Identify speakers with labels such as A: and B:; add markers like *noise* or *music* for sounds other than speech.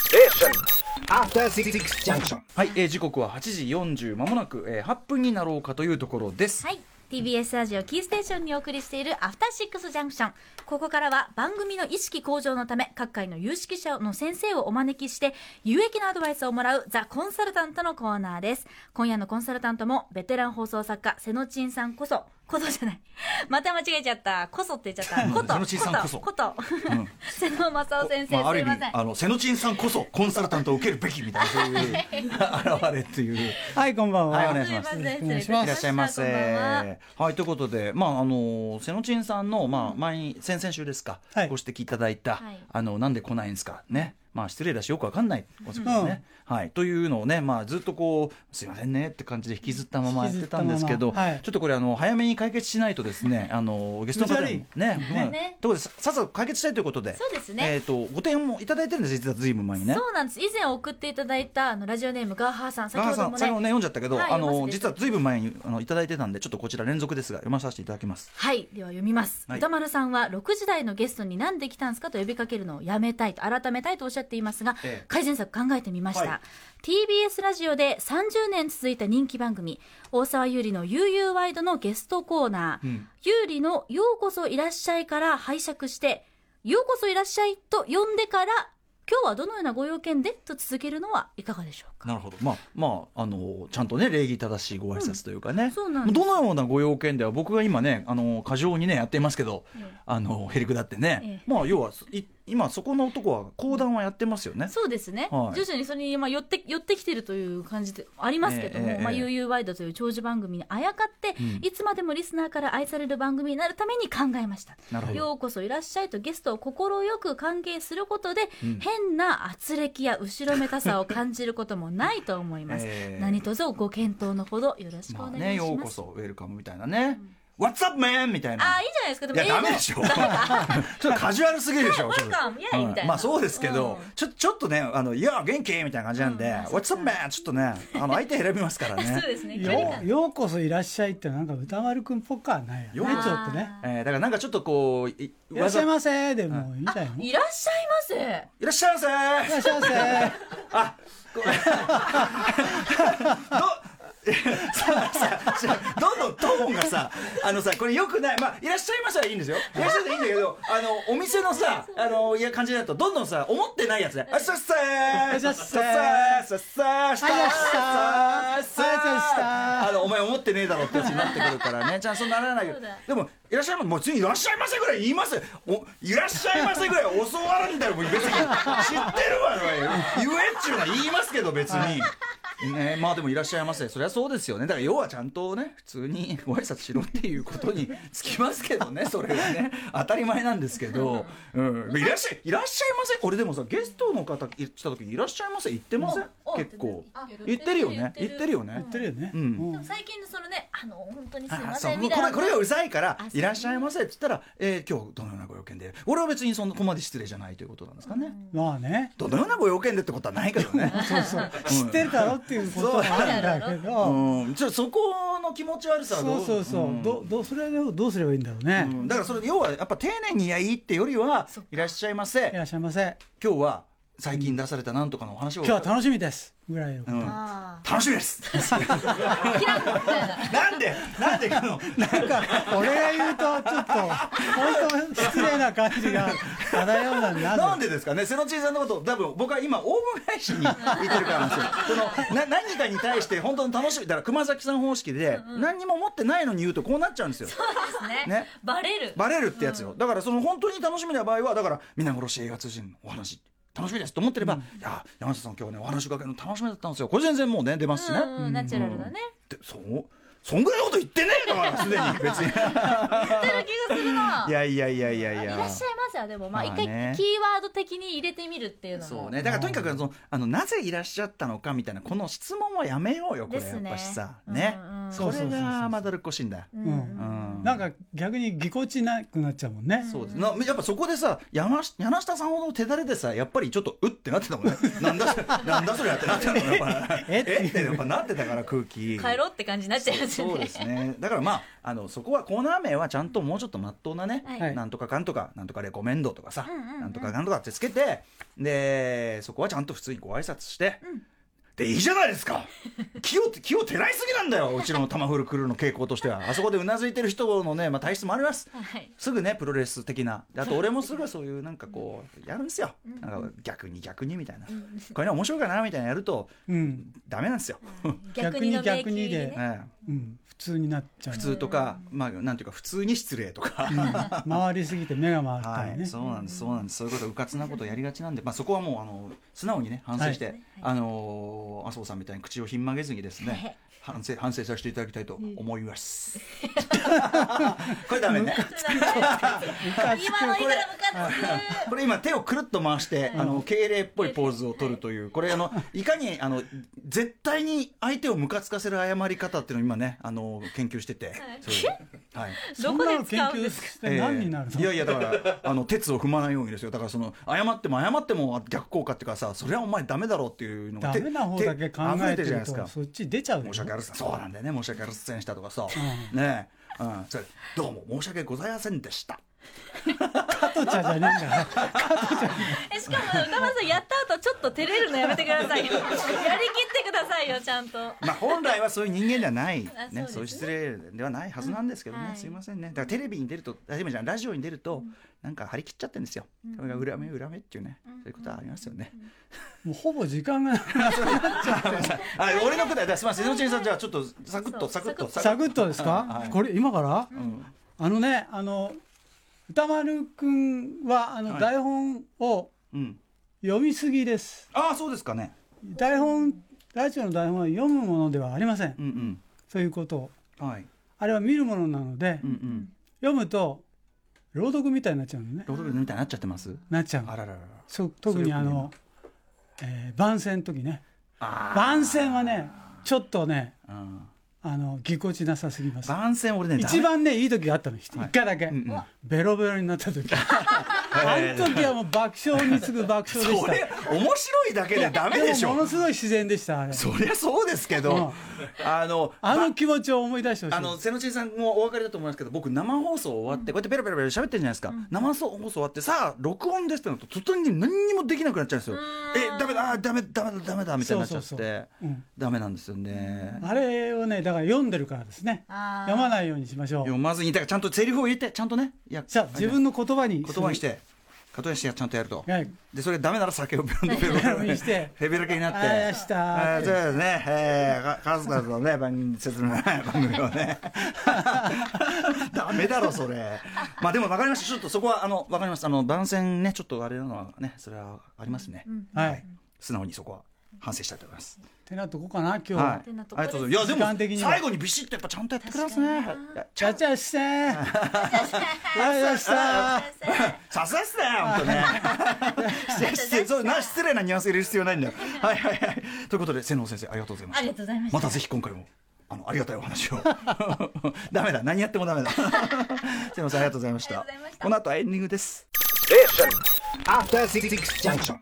A: Station.
B: After Six Junction.
C: はい、えー時刻は8時40まもなく、えー8分になろうかというところです。
D: はい TBS ラジオキーステーションにお送りしているアフターシックスジャンクションここからは番組の意識向上のため各界の有識者の先生をお招きして有益なアドバイスをもらうザ・コンサルタントのコーナーです今夜のコンサルタントもベテラン放送作家瀬野ちんさんこそことじゃない *laughs* また間違えちゃったこそって言っちゃったこと
E: 瀬野ちんさんこそ
D: こと *laughs* 瀬野正夫先生、
E: まあ、あ
D: す
E: る
D: い
E: 意
D: ま
E: 味
D: せん
E: あの瀬野陳さんこそコンサルタントを受けるべきみたいなそういう *laughs* 現れっていう
C: はい、こんばんは。
E: はいお願
D: いしますすいません
C: お願いしますい
D: 失礼いたしました
C: らっしゃいま
D: こんばん
C: せ。はい、ということで、まあ、あの、瀬野ちんさんの、まあ、前に、先々週ですか、ご
F: はい
C: 指摘いただいた
D: はい、
C: あの、なんで来ないんですか、ね。まあ、失礼だし、よくわかんない。お仕事ね。はい。というのをね、まあ、ずっとこう、すいませんねって感じで引きずったままやってたんですけど、
F: 引きずったままはい
C: ちょっとこれ、あの、早めに解決しないとですね、あの、ゲストの方にもね、
D: ね
C: ね、ということで、ささっさと解決したいということで、
D: そうですね
C: えっと、ご提案もいただいてるんです、実はずいぶん前にね。
D: そうなんです以前送っていただいたあのラジオネームガーハーさん先
C: ガ
D: ほ
C: ーさ
D: ど
C: ん、
D: も
C: 先ほどね
D: ね
C: 読んじゃったけど、
D: はい
C: あ
D: 読
C: の
D: ませて
C: 実はずいぶん前にあのいただいてたんで、ちょっとこちら連続ですが読まさせていただきます。
D: はいでは読みます、
C: はい
D: 歌丸さんは6時台のゲストに何で来たんですかと呼びかけるのをやめたいと改めたいとおっしゃっていますが、
C: ええ
D: 改善策考えてみました、
C: は
D: TBS ラジオで30年続いた人気番組大沢優里の「悠々ワイド」のゲストコーナー、優里の「ようこそいらっしゃい」から拝借して「ようこそいらっしゃい」と呼んでから今日はどのようなご用件でと続けるのはいかがでしょうか
C: なるほど。まあまああのちゃんとね礼儀正しいご挨拶というかね。
D: そうなんです
C: どのようなご用件では僕が今ねあの過剰にねやっていますけど、あのヘリクだってね
D: ええ。
C: まあ要はい今そこの男は講談はやってますよね。
D: そうですね、
C: はい
D: 徐々にそれにまあ寄って寄ってきてるという感じでありますけども、
C: ええええ
D: まあ、悠々ワイドという長寿番組にあやかって、いつまでもリスナーから愛される番組になるために考えました
C: なるほど
D: ようこそいらっしゃいとゲストを快く歓迎することで、変な圧力や後ろめたさを感じることもないと思います、
C: ええ
D: 何卒ご検討のほどよろしくお
C: まあ
D: 願いしま
C: ね
D: す、
C: ようこそウェルカムみたいなね。What's up man みたいな。
D: ああいいじゃないですかで
C: いやダメでしょ。
D: *laughs*
C: ちょっとカジュアルすぎるでしょ。
D: そ
C: ちょっ
D: う
C: と
D: welcome イェイみたいな
C: まあそうですけど
D: うん、
C: ちょちょっとねあのいや元気みたいな感じなんで、What's up man ちょっとねあの相手選びますから
D: *laughs* そ
C: ね
D: う。ですね距離
F: よ
D: 感
F: うようこそいらっしゃいってなんか歌丸くんっぽくはないよねちょ
C: ようこ
F: っ
C: そ
F: とね
C: えーだからなんかちょっとこうい
F: いらっしゃい
C: わ
F: ませでもいいんじゃないのい
D: いらっしゃいませ
C: ざいらっしゃいませー。
F: らっしゃいませ
C: *laughs* さあさあどんどんトーンがさあのさこれよくないまあいらっしゃいましたらいいんですよいらっしゃいましたらいいんだけどあのお店のさあのいや感じだとどんどんさ思ってないやつねあっさっさーさっさーさっさーさっさー
F: あいらっしゃい
C: さっ
F: あいらっし
C: さ
F: ゃ
C: ーあのお前思ってねえだろってやつになってくるから *laughs* ねじゃあそうならないけど
D: そうだ
C: でもいらっしゃいませもう次いらっしゃいませぐらい言いますおいらっしゃいませぐらい教わるんだよもう別に知ってるわ言えっちゅうのは言いますけど別に。ねまあでもいらっしゃいませそりゃそうですよねだから要はちゃんとね普通にご挨拶しろっていうことにつきますけどね *laughs* それはね当たり前なんですけど、うん、いらっしゃいいらっしゃいませ俺でもさゲストの方来た時いらっしゃいませ言ってません結構言ってるよね言ってるよね
F: 言ってるよね
C: うん
F: うん
D: 最近のそのねあの本当にす
C: あ
D: いま
C: そう
D: せんみ
C: こ
D: たいな
C: れこれがうざいから
D: あ
C: 「
D: そう
C: いらっしゃいませ」って言ったら「えー今日どのようなご用件で?」俺は別にそんなここまで失礼じゃないということなんですかね、
F: まあね
C: どのようなご用件でってことはないけどね
F: そうそう知ってるだろっていうことはあるんだけど
C: うんちょっとそこの気持ち悪さはど
F: そうそうそ
C: ん
F: うどどうそれをどうすればいいんだろうね
C: うんだからそれ要はやっぱ丁寧に「やいい」ってよりは「いらっしゃいませ
F: いらっしゃいませ
C: 今日は最近出されたなんとかのお話を」
F: 今日は楽しみですぐらいのこと
C: うん
D: あ
C: 楽しみです
D: ー開くみたいな
C: なんでなんでこの
F: なんか俺が言うとちょっと本当失礼な感じが漂うなんだ
C: なんでですかね、セロチンさんのこと、多分僕は今、オウム返しに言ってるからなんですよ。このな何かに対して、本当に楽しみ、だから熊崎さん方式で、何にも持ってないのに言うと、こうなっちゃうんですよ。
D: そうですね
C: ね
D: バレる
C: バレるってやつよ、だからその本当に楽しみな場合はだから皆殺し映画通信のお話楽しみですと思ってれば、いや山下さん今日ねお話伺えるの楽しみだったんですよこれ全然もうね出ますしね、
D: うんうんナチュラルだね
C: ってそうそんぐらいのこと言ってねえんだからすでに別に
D: 言ってる気がするない
C: や *laughs* いやいやいやい
D: い
C: や
D: らっしゃいませはでもまあ
C: ま
D: 一
C: あ
D: 回
C: ね
D: キーワード的に入れてみるっていうのも
C: そうねだからとにかくそのあのなぜいらっしゃったのかみたいなこの質問はやめようよこれ
D: です
C: やっ
D: ね
C: ぱしさね
D: うんうん
C: そ
F: そうそ
C: れ
F: うそうそ
C: が
F: う
C: まだるっこしいんだよ、
D: う
F: うんん
C: うん
F: なんか逆にぎこちなくなっちゃうもんね。
C: そうですなやっぱそこでさ山下柳下さんほどの手だれでさやっぱりちょっとうってなってたもんねなんだそれなんだそれやってなってたもんねや
D: *laughs*
C: っぱ
F: え
C: え
F: っ
C: ってってやっぱなってたから空気
D: 帰ろうって感じになっちゃいますよね
C: そう *laughs* ですねだからまああのそこはコーナー名はちゃんともうちょっとまっとうなね、
D: はい
C: なんとかかんとかなんとかレコ面倒とかさ、
D: うんうんうん
C: なんとかなんとかってつけてでそこはちゃんと普通にご挨拶して、でいいじゃないですか気を気を照らいすぎなんだようちの玉フルクルーの傾向としてはあそこでうなずいてる人のね、まあ、体質もあります
D: はい
C: すぐねプロレス的なであと俺もすぐそういうなんかこうやるんですよなんか逆に逆にみたいなこれね面白いかなみたいなやると
F: うん、
C: ダメなんですよ、
D: 逆にの迷宮
F: 逆に
D: 入り
F: で
D: ね
C: え
F: う
C: え
F: ん、普通になっちゃう
C: 普通とか、まあなんていうか普通に失礼
F: *laughs*
C: とか
F: 回りすぎて目が回った
C: は
F: り
C: い、
F: ね、
C: そうなんです、そうなんです、そういうこと、うかつなことやりがちなんで、まあ、そこはもう、あの、素直にね、反省して。あのー麻生さんみたいに口をひん曲げずにですね、反省、反省させていただきたいと思
F: *laughs*
C: います。これダメね。 *laughs*
D: 今の言い方ムカつく
C: これ今手をくるっと回して、あの敬礼っぽいポーズを取るという、これあのいかにあの絶対に相手をムカつかせる謝り方っていうのを今ねあの研究してて、そういうはい、
F: そ
D: ど
F: ん
D: こ
F: な
D: で
F: の研
D: 使うん
F: 究
D: ですか
F: して何になるの、
C: ええいやいやだからあの鉄を踏まないようにですよだからその謝っても謝っても逆効果っていうかさそれはお前ダメだろうっていうのが
F: ダ
C: て
F: メな方だけ考
C: 溢れ
F: えて
C: るじゃな
F: る
C: いで
F: と
C: すか
F: そっち出ちゃうよ
C: 申し訳ありませんそうなんだよね申し訳ありませんしたとかさ、
F: うん
C: ねえ、うん、それどうも申し訳ございませんでした
F: 加藤茶じゃねえん
C: *laughs*
F: だよ
D: えしかも歌丸さんやった後ちょっと照れるのやめてくださいよやりきってくださいよちゃんと
C: まあ本来はそういう人間ではない、ね
D: *laughs* あそうです
C: そう
D: ね
C: いう失礼ではないはずなんですけどね、
D: うんはい
C: すいませんねだからテレビに出るとあテレビじゃないラジオに出ると、なんか張り切っちゃってるんですよ、それが裏目裏目っていうね、そういうことはありますよね、
F: もうほぼ時間がなくなっ
C: *laughs* あ俺のことはだすみません瀬戸内さんじゃあちょっとサクッ
D: そ
C: と
D: う
C: サクッと
F: たサクッとですか、
C: はい
F: これ今から、
C: ん
F: あのねあの歌丸くんはあの
C: はい
F: 台本を
C: うん
F: 読みすぎです、
C: ああそうですかね
F: 台本ラジオの台本は読むものではありません、
C: うん
F: そういうことを
C: うんはい
F: あれは見るものなので、
C: うんうん
F: 読むと朗読みたいになっちゃうのね
C: 朗読みたいになっちゃってます
F: なっちゃうの
C: あらららら
F: そう特にあの、えー番宣の時ね
C: あー
F: 番宣はねちょっとね
C: うん
F: あのぎこちなさすぎます
C: 番宣俺ね
F: 一番ねいい時があったの一
C: はい
F: 一回だけ、
C: うんうん
F: ベロベロになった
C: *laughs*
F: 時
C: ダ
F: あ
C: メ
F: の時はもう爆笑に次ぐ爆笑でし
C: そ
F: た
C: れ面白いだけでダメでし
F: ももの
C: ょ
F: すごい自然でしたあれ
C: そりゃそうですけどあの
F: あ
C: ば
F: の気持ちを思い出してほしい
C: あの瀬野ちんさんもお分かりだと思いますけど僕生放送終わってこうやってペラペラペラ喋ってるじゃないですか、生放送終わってさあ録音ですってなると途端に何にもできなくなっちゃうんですよえダメだあーダメだダメだダメだみたいになっちゃって
F: そうそうそううん
C: ダメなんですよね、
F: あれをねだから読んでるからですね
D: あー
F: 読まないようにしましょう
C: 読まずにだからちゃんとセリフを言ってちゃんとねいや
F: じゃあ自分の言葉に
C: 言葉にして言葉にしてちゃんとやると、
F: はい
C: でそれダメなら酒をペロン
F: *laughs*
C: ペロン
F: ペロンにして
C: ヘビラケになって
F: あーやしたー
C: あーそうですね、えー、か数々のね番 *laughs* 組説明番組をね *laughs* ダメだろそれまあでも分かりましたちょっとそこはあの分かりますあの番宣ねちょっとあれなのはねそれはありますね、
F: はい、
C: 素直にそこは反省したいと思います、
F: てなとこかな今日は、
C: はいあ
D: て
C: り
D: な
C: が
D: とこです
C: とうございますい
F: 時
C: や
F: 間的
C: で
F: に
C: も
F: は
C: 最後にビシッとやっぱちゃんとやってくれますねいや
F: ちゃちゃしてーありがとうござい
C: *laughs*
F: ました
C: さすがっすね、本当ね。失礼失礼そうな失礼なニュアンス入れる必要ないんだよ。はいはいはい。ということで、千能先生、ありがとうございま
D: あ
C: し
D: り
C: た
D: が。とうございました
C: またぜひ今回も、あの、ありがたいお話を。 *laughs* ダメだ、何やってもダメだ。 *laughs* 千能さん、ありがとうございまし
D: あ
C: た
D: りがとうございまし。た
C: この後はエンディングです。
B: After Six Junction.